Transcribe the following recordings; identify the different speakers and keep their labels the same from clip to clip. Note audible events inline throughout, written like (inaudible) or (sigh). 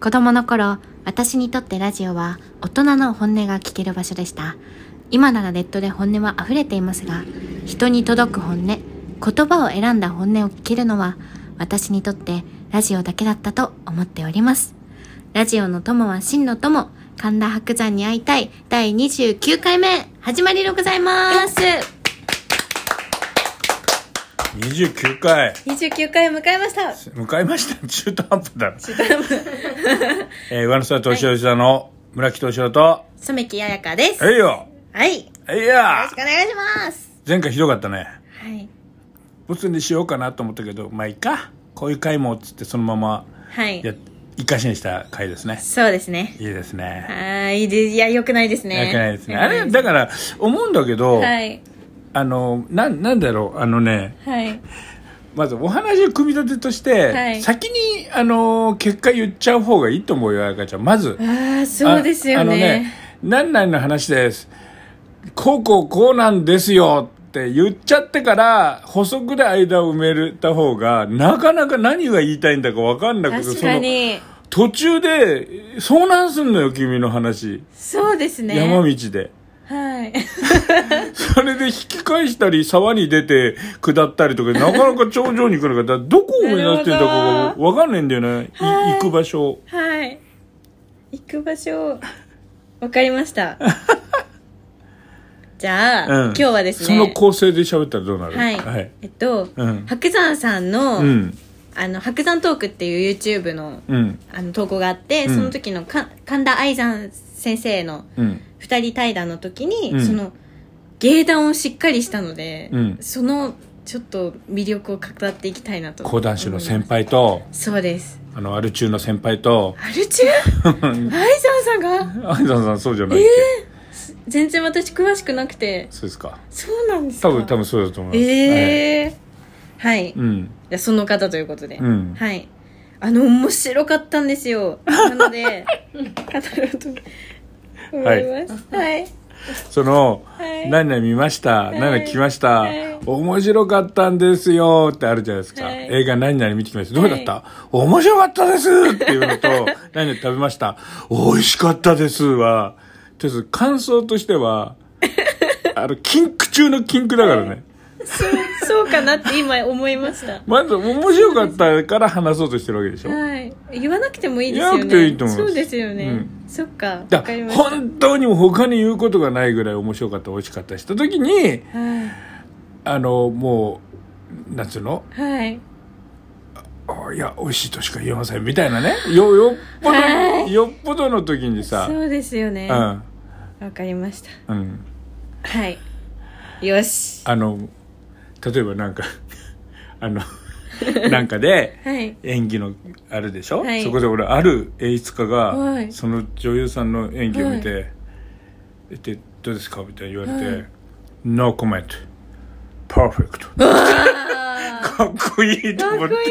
Speaker 1: 子供の頃、私にとってラジオは大人の本音が聞ける場所でした。今ならネットで本音は溢れていますが、人に届く本音、言葉を選んだ本音を聞けるのは、私にとってラジオだけだったと思っております。ラジオの友は真の友、神田白山に会いたい第29回目、始まりでございます。
Speaker 2: 29回
Speaker 3: 29回を迎えました
Speaker 2: 迎えました中途半端だな、
Speaker 3: 中途半端
Speaker 2: えー、上野沢敏郎さんの村木敏郎と
Speaker 1: 染木彩香です。
Speaker 2: 「えいよ
Speaker 1: はい。よ
Speaker 2: えいや
Speaker 1: ろしくお願いします。
Speaker 2: 前回ひどかったね
Speaker 1: はい。
Speaker 2: ボツにしようかなと思ったけどまあいいかこういう回もっつってそのまま
Speaker 1: はい
Speaker 2: や。一回しにした回ですね
Speaker 1: そうですね。
Speaker 2: いいですね
Speaker 1: はい。でいや、良くないですね。
Speaker 2: 良くないですね
Speaker 1: 良く
Speaker 2: あ
Speaker 1: ない
Speaker 2: れだから思うんだけど、
Speaker 1: はい。
Speaker 2: あのなんなんだろうあのね
Speaker 1: はい。
Speaker 2: まずお話を組み立てとして、
Speaker 1: はい
Speaker 2: 先にあの結果言っちゃう方がいいと思うよ赤ちゃんまず
Speaker 1: ああ、そうですよ
Speaker 2: ああの
Speaker 1: ね。
Speaker 2: 何々の話です。こうこうこうなんですよって言っちゃってから、補足で間を埋めれた方が、なかなか何が言いたいんだかわかんなくて、
Speaker 1: 確かに。
Speaker 2: その途中で、遭難すんのよ、君の話。
Speaker 1: そうですね。
Speaker 2: 山道で。
Speaker 1: はい。 (laughs)
Speaker 2: それで引き返したり、沢に出て下ったり
Speaker 1: (laughs)
Speaker 2: とか、なかなか頂上に行くのか、だからどこを目指してんだか
Speaker 1: なる
Speaker 2: がわかんないんだよね。い
Speaker 1: はい
Speaker 2: 行く場所。
Speaker 1: はい。行く場所、わかりま
Speaker 2: (laughs)
Speaker 1: した。じゃあ、
Speaker 2: うん
Speaker 1: 今日はですね。
Speaker 2: その構成で喋ったらどうなる
Speaker 1: はい、えっと、
Speaker 2: うん
Speaker 1: 白山さんの、
Speaker 2: うん。
Speaker 1: あの、白山トークっていう YouTube の、
Speaker 2: うん。
Speaker 1: あの、投稿があって、
Speaker 2: うん
Speaker 1: その時のか神田愛山先生の
Speaker 2: うん。
Speaker 1: 二人対談の時に、
Speaker 2: うん
Speaker 1: その、芸談をしっかりしたので、
Speaker 2: うん
Speaker 1: その、ちょっと魅力を語っていきたいなと。
Speaker 2: 講談師の先。輩と、
Speaker 1: そうです。
Speaker 2: あの、アル中の先輩 (laughs) と、
Speaker 1: アル中愛山さんが
Speaker 2: アイザンさんそうじゃないっ
Speaker 1: 全然私詳しくなくて
Speaker 2: けそうですか。
Speaker 1: そうなんですか
Speaker 2: 多分、多分そうだと思います。はい
Speaker 1: ええはい、じ
Speaker 2: うん。
Speaker 1: ゃあその方ということで、
Speaker 2: うん
Speaker 1: はいあの面白かったんですよなの
Speaker 2: (laughs)
Speaker 1: で語ろうと思いますはい
Speaker 2: その、
Speaker 1: はい
Speaker 2: 何々見ました、
Speaker 1: い
Speaker 2: 何々来ました、
Speaker 1: はい
Speaker 2: 面白かったんですよってあるじゃないですか。
Speaker 1: はい
Speaker 2: 映画何々見てきました。どうだった、
Speaker 1: は
Speaker 2: 面白かったですっていうの (laughs) と、何々食べました。美味しかったですは、とりあえず感想として (laughs) は、あの、禁句中の禁句だからね。
Speaker 1: そうそうかなって今思いました
Speaker 2: まず、面白かったから話そうとしてるわけでしょ。
Speaker 1: はい言わなくてもいいですよね
Speaker 2: 言わなくていいと思います
Speaker 1: そうですよね、
Speaker 2: うん
Speaker 1: そっかわ
Speaker 2: だ
Speaker 1: かりましたはい
Speaker 2: 本当にもう他に言うことがないぐらい面白かった美味しかったした時にあのもうなんつうの
Speaker 1: はい
Speaker 2: あいや美味しいとしか言えませんみたいなねよよっぽど、
Speaker 1: はい
Speaker 2: よっぽどの時にさ
Speaker 1: そうですよね
Speaker 2: う
Speaker 1: わ、
Speaker 2: ん
Speaker 1: かりました
Speaker 2: うん
Speaker 1: はいよし
Speaker 2: あの例えばなんか (laughs) あのなんかで
Speaker 1: はい
Speaker 2: 演技のあるでしょ、
Speaker 1: はい
Speaker 2: そこで俺ある演出家が、
Speaker 1: はい
Speaker 2: その女優さんの演技を見て「でどうですか?」みたいに言われて「No comment
Speaker 1: (laughs)
Speaker 2: perfect」かっこいいと
Speaker 1: かっ
Speaker 2: 思
Speaker 1: こ
Speaker 2: っ
Speaker 1: い
Speaker 2: て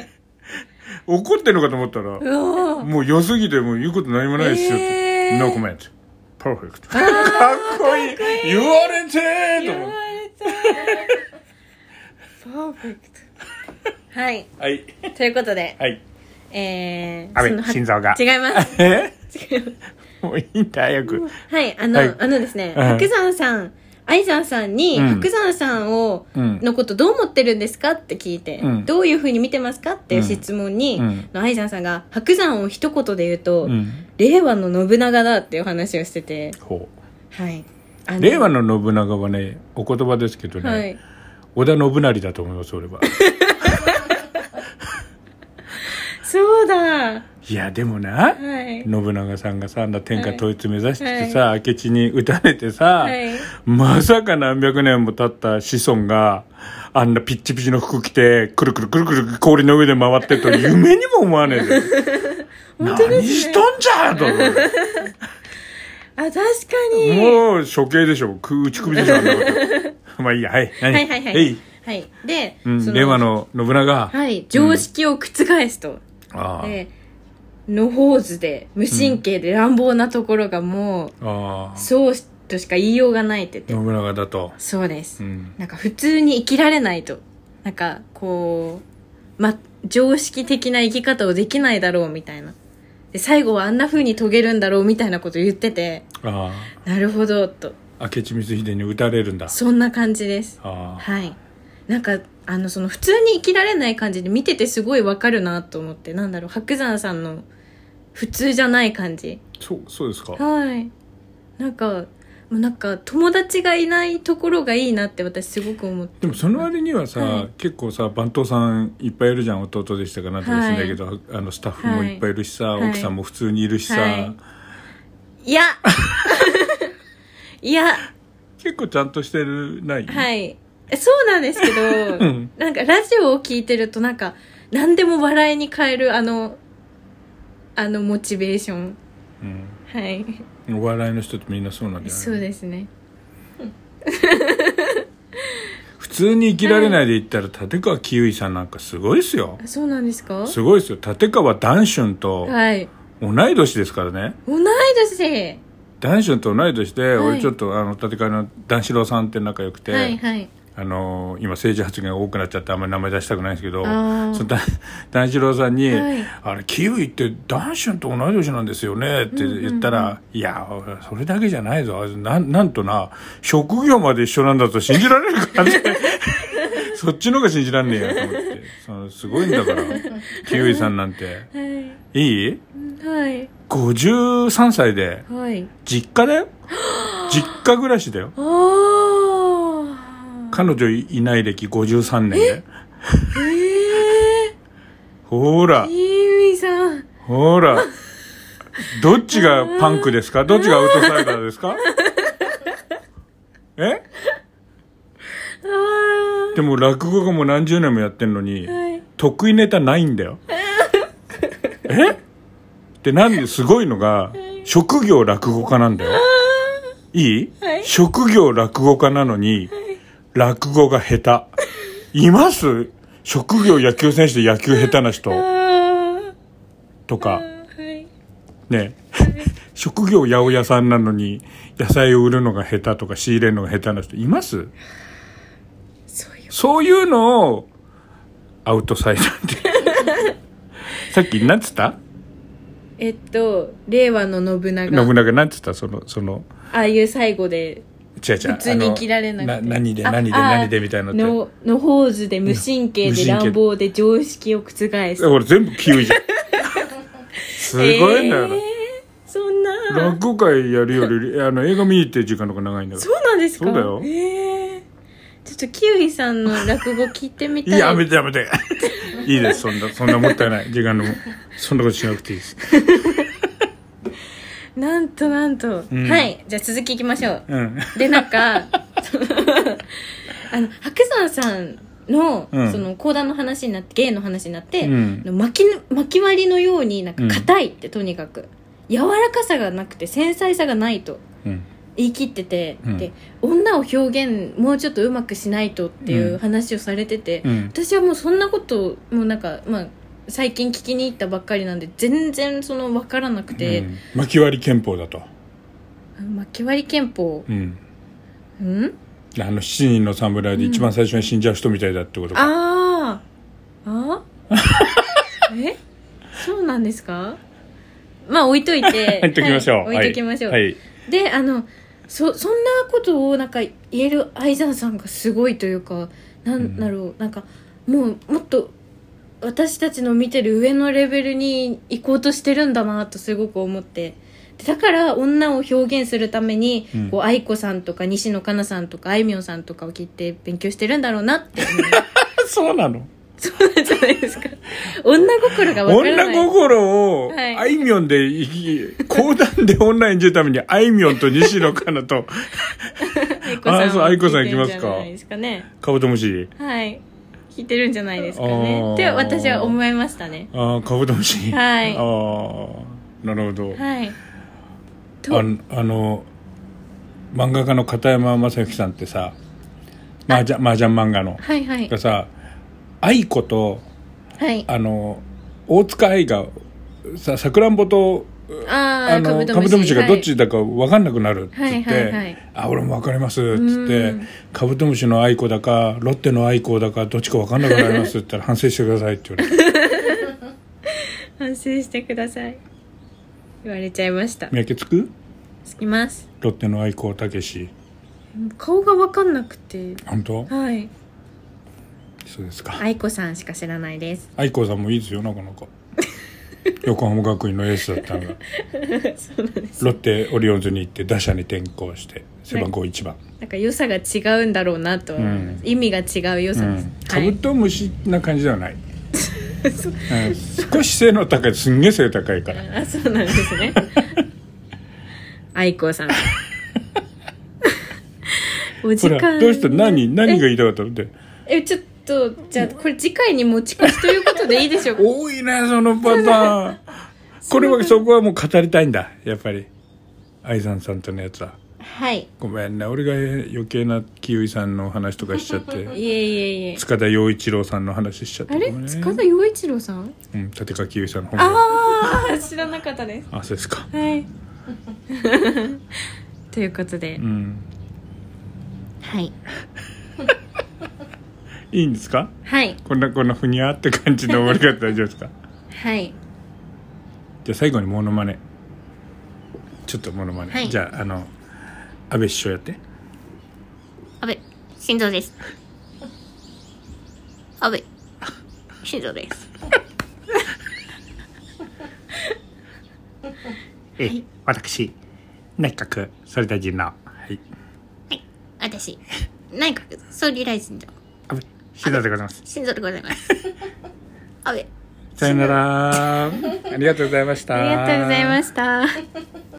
Speaker 1: い
Speaker 2: (laughs) 怒ってんのかと思ったら
Speaker 1: うおー
Speaker 2: もう良すぎてもう言うこと何もないですよ、
Speaker 1: えー
Speaker 2: No comment perfect」かっこいい言われてーと思って
Speaker 1: (laughs) パーフェクト。はい。
Speaker 2: はい
Speaker 1: ということで、
Speaker 2: はい
Speaker 1: (laughs) えー、
Speaker 2: 安
Speaker 1: その
Speaker 2: 倍心臓が
Speaker 1: 違います。
Speaker 2: え
Speaker 1: 違いま
Speaker 2: もういいんだ早く
Speaker 1: す。はい、あの、
Speaker 2: はい
Speaker 1: あのですね、
Speaker 2: うん
Speaker 1: 白山さん、愛山さんに、
Speaker 2: うん
Speaker 1: 白山さんを、
Speaker 2: うん
Speaker 1: のことどう思ってるんですかって聞いて、
Speaker 2: うん
Speaker 1: どういうふうに見てますかっていう質問に、
Speaker 2: うん
Speaker 1: の愛山さんが、白山を一言で言うと、
Speaker 2: うん
Speaker 1: 令和の信長だっていう話をしてて、
Speaker 2: ほう
Speaker 1: はい。あ
Speaker 2: 令和の信長はねお言葉ですけどね、
Speaker 1: はい。
Speaker 2: 織田信成だと思います俺は (laughs)
Speaker 1: そうだ。
Speaker 2: いやでもな
Speaker 1: はい。
Speaker 2: 信長さんがさあんな天下統一目指してさ、明智に打たれてさ、
Speaker 1: はい。
Speaker 2: まさか何百年も経った子孫があんなピッチピチの服着てくるくるくるくる氷の上で回ってると夢にも思わねえで
Speaker 1: (laughs) 本当ですね
Speaker 2: 何しとんじゃと思う
Speaker 1: あ、確かに。
Speaker 2: もう処刑で
Speaker 1: (laughs)
Speaker 2: しょく打ち首でしょあんなことまあいいやはい何
Speaker 1: はいはいはい。
Speaker 2: えい
Speaker 1: はい。で、
Speaker 2: うん
Speaker 1: そ
Speaker 2: 令和の信長、
Speaker 1: はい、常識を覆すと。
Speaker 2: ああ
Speaker 1: で、のほうずで、無神経で乱暴なところがもう、
Speaker 2: ああ
Speaker 1: そうとしか言いようがないって言って。
Speaker 2: 信長だと
Speaker 1: そうです、
Speaker 2: うん
Speaker 1: なんか普通に生きられないと。なんか、こう、ま、常識的な生き方をできないだろうみたいな。で最後はあんな風に遂げるんだろうみたいなこと言ってて
Speaker 2: あ
Speaker 1: なるほどと
Speaker 2: あ明智光秀に打たれるんだ
Speaker 1: そんな感じです
Speaker 2: ああ
Speaker 1: はいなんかあのその普通に生きられない感じで見ててすごいわかるなと思ってなんだろう白山さんの普通じゃない感じ
Speaker 2: そうそうですか
Speaker 1: はいなんかもうなんか友達がいないところがいいなって私すごく思って
Speaker 2: でもその割にはさ、
Speaker 1: はい
Speaker 2: 結構さ番頭さんいっぱいいるじゃん弟でしたかなんとかしんだけど、あのスタッフもいっぱいいるしさ、
Speaker 1: はい
Speaker 2: 奥さんも普通にいるしさ、
Speaker 1: はいいや (laughs) いや
Speaker 2: 結構ちゃんとしてるない、
Speaker 1: はいえ (laughs) そうなんですけど、
Speaker 2: うん
Speaker 1: なんかラジオを聞いてるとなんか何でも笑いに変えるあのあのモチベーションはい
Speaker 2: うん、お笑いの人ってみんなそうなんじゃない
Speaker 1: そうですね
Speaker 2: 普通に生きられないで言ったら立川きゆいさんなんかすごいですよ
Speaker 1: あそうなんですか
Speaker 2: すごいですよ立川談春と
Speaker 1: はい
Speaker 2: 同い年ですからね
Speaker 1: 同い年
Speaker 2: 談春と同い年
Speaker 1: は
Speaker 2: で、
Speaker 1: い
Speaker 2: 俺ちょっとあの立川の談志郎さんって仲良くて、
Speaker 1: はいはい
Speaker 2: あのー今政治発言が多くなっちゃってあんまり名前出したくないんですけど
Speaker 1: あー
Speaker 2: (laughs) そのだ段四郎さんに「
Speaker 1: はい
Speaker 2: あれキウイって男子と同い年なんですよね」って言ったら「いや俺それだけじゃないぞなんなんとな職業まで一緒なんだと信じられるか」って
Speaker 1: (laughs)
Speaker 2: そっちの方が信じらんねえよと思ってそのすごいんだからキウイさんなんて
Speaker 1: はい
Speaker 2: いい
Speaker 1: はい
Speaker 2: ?53 歳で
Speaker 1: はい
Speaker 2: 実家だよ実家暮らしだよ
Speaker 1: ああ
Speaker 2: 彼女いない歴53年で
Speaker 1: ええ
Speaker 2: ほら
Speaker 1: ー、ゆいさん
Speaker 2: ほら。どっちがパンクですかどっちがアウトサイダーですかえ
Speaker 1: あ
Speaker 2: でも落語家も何十年もやってんのに
Speaker 1: あ、はい
Speaker 2: 得意ネタないんだよ。えで、なんですごいのが、職業落語家なんだよ。いい、
Speaker 1: はい
Speaker 2: 職業落語家なのに、落語が下手。います職業野球選手で野球下手な
Speaker 1: あ
Speaker 2: 人
Speaker 1: ー
Speaker 2: と
Speaker 1: あ
Speaker 2: か。
Speaker 1: ーはい
Speaker 2: ね職業八百屋さんなのに野菜を売るのが下手とか仕入れるのが下手な人います
Speaker 1: そういう
Speaker 2: そういうのをアウトサイダーって
Speaker 1: (laughs)
Speaker 2: さっき何つった
Speaker 1: えっと令和の信長
Speaker 2: 信長何つったそのその
Speaker 1: ああいう最後で
Speaker 2: 違う違う
Speaker 1: 普通に生きられな
Speaker 2: あの
Speaker 1: くて
Speaker 2: 何で
Speaker 1: あ
Speaker 2: 何で
Speaker 1: あー
Speaker 2: 何でみたいなのっ
Speaker 1: ののほうずで無神経
Speaker 2: 無
Speaker 1: で
Speaker 2: 神経
Speaker 1: 乱暴で常識を覆す
Speaker 2: て (laughs) 俺全部キウイじ
Speaker 1: (laughs)
Speaker 2: ゃんすごいんだよ
Speaker 1: えー
Speaker 2: な、
Speaker 1: そんな
Speaker 2: 落語会やるより (laughs) あの映画見に行ってる時間の方が長いんだか
Speaker 1: そうなんですか
Speaker 2: そうだよ
Speaker 1: えーちょっとキウイさんの落語聞いてみた
Speaker 2: ら
Speaker 1: い
Speaker 2: やめてや
Speaker 1: (laughs)
Speaker 2: めていいですそんなそんなもったいない時間のそんなことしなくていいです
Speaker 1: なんとなんと、
Speaker 2: ん
Speaker 1: はいじゃあ続きいきましょう
Speaker 2: うん
Speaker 1: でなんかあの白山さんの、
Speaker 2: うん
Speaker 1: その講談の話になって芸の話になって、
Speaker 2: うん
Speaker 1: の巻き巻き割りのようになんか硬いってとにかく、柔らかさがなくて繊細さがないと
Speaker 2: うん
Speaker 1: 言い切ってて、
Speaker 2: うん
Speaker 1: で女を表現もうちょっとうまくしないとっていううん話をされてて、
Speaker 2: うん
Speaker 1: 私はもうそんなこともうなんかまあ最近聞きに行ったばっかりなんで全然その分からなく
Speaker 2: う
Speaker 1: て、
Speaker 2: ん巻き割り憲法だと、
Speaker 1: 巻き割り憲法
Speaker 2: うん、
Speaker 1: うん
Speaker 2: あの七人の侍で一番最初に死んじゃう人みたいだってことか、
Speaker 1: あああ
Speaker 2: (laughs)
Speaker 1: えそうなんですかまあ置いとい
Speaker 2: (laughs)
Speaker 1: て
Speaker 2: 入っときましょう、
Speaker 1: はい置いときましょう、
Speaker 2: はいはい
Speaker 1: であのそそんなことをなんか言える愛沢さんがすごいというかなんだろう、なんかもうもっと私たちの見てる上のレベルに行こうとしてるんだなとすごく思ってでだから女を表現するために、
Speaker 2: うん
Speaker 1: こう愛子さんとか西野カナさんとかあいみょんさんとかを聞いて勉強してるんだろうなって思います
Speaker 2: そうなの
Speaker 1: そう (laughs) なんじゃないですか。女心がわからな
Speaker 2: 女
Speaker 1: い。
Speaker 2: 心を
Speaker 1: はい
Speaker 2: あいみょんで生き講談で女演じるためにあいみょんと西野カナと
Speaker 1: 愛子さんは
Speaker 2: あそう愛子さん行きますか
Speaker 1: 聞いてるんじゃないですかね。
Speaker 2: カブトムシ
Speaker 1: はい。聞いてるんじゃないですか
Speaker 2: あ
Speaker 1: ね
Speaker 2: ー。
Speaker 1: って私は思いましたね。
Speaker 2: ああカブトムシ
Speaker 1: はい
Speaker 2: ああなるほど、
Speaker 1: はい。と、
Speaker 2: あのあの漫画家の片山正幸さんってさ麻雀麻雀漫画の
Speaker 1: はいはい
Speaker 2: が。さ愛子と
Speaker 1: はい。
Speaker 2: あの大塚愛がささくらんぼと
Speaker 1: あ
Speaker 2: あ
Speaker 1: あ、
Speaker 2: のカブトムシがどっちだか分かんなくなるって言って「
Speaker 1: はいはいはい
Speaker 2: あ俺も分かります」って言って、
Speaker 1: うん
Speaker 2: カブトムシの愛子だかロッテの愛子だかどっちか分かんなくな
Speaker 1: (laughs)
Speaker 2: ります」って言ったら「反省してください」って言われて
Speaker 1: はい。反省してください。言われちゃいました
Speaker 2: 見分けつく
Speaker 1: つきます
Speaker 2: ロッテの愛好たけし
Speaker 1: 顔が分かんなくて
Speaker 2: 本当
Speaker 1: はい
Speaker 2: そうですか
Speaker 1: 愛子さんしか知らない
Speaker 2: (laughs)
Speaker 1: です
Speaker 2: 愛子さんもいいですよなかな (laughs) か横浜学院のエースだったのが
Speaker 1: そうなんです
Speaker 2: ロッテオリオンズに行って打者に転向して背番号1番、
Speaker 1: なんか良さが違うんだろうなとは思います、
Speaker 2: う
Speaker 1: 意味が違う良さで
Speaker 2: うん
Speaker 1: す、
Speaker 2: カ
Speaker 1: は
Speaker 2: ブ
Speaker 1: い
Speaker 2: トムシな感じではない、うん少し背の高いすんげえ背高いから
Speaker 1: あそうなんですね愛子 (laughs) さんお
Speaker 2: ほ
Speaker 1: 時
Speaker 2: ら
Speaker 1: 間
Speaker 2: どうした何何が言いたかったのって
Speaker 1: えちょっとじゃあこれ次回に持ち越しということでいいでしょうか
Speaker 2: 多いねそのパターンこれはそこはもう語りたいんだやっぱり愛さんさんとのやつは
Speaker 1: (laughs) はい
Speaker 2: ごめんね俺が余計なキウイさんの話とかしちゃっ
Speaker 1: いえ
Speaker 2: て
Speaker 1: いえいえ
Speaker 2: 塚田陽一郎さんの話しちゃって
Speaker 1: あれ
Speaker 2: ごめんね
Speaker 1: 塚田陽一郎さん
Speaker 2: うん立川キウイさんの本名
Speaker 1: ああ (laughs) 知らなかったです
Speaker 2: あそうですか
Speaker 1: はい (laughs) ということで、
Speaker 2: うん
Speaker 1: はい
Speaker 2: いいんですか
Speaker 1: はい
Speaker 2: こんなこんなふにゃーって感じの終わり方大丈夫です
Speaker 1: (laughs)
Speaker 2: か
Speaker 1: はい
Speaker 2: じゃあ最後にモノマネちょっとモノマネ、
Speaker 1: はい
Speaker 2: じゃああの安倍首相やって
Speaker 1: 安倍心臓です安倍心臓です
Speaker 2: ええ私内閣総理大臣のはい
Speaker 1: はい私内閣総理大臣の
Speaker 2: 安倍首相でござ
Speaker 1: (laughs)
Speaker 2: います
Speaker 1: 心臓でございます安倍 (laughs)
Speaker 2: さよならありがとうございました
Speaker 1: ありがとうございました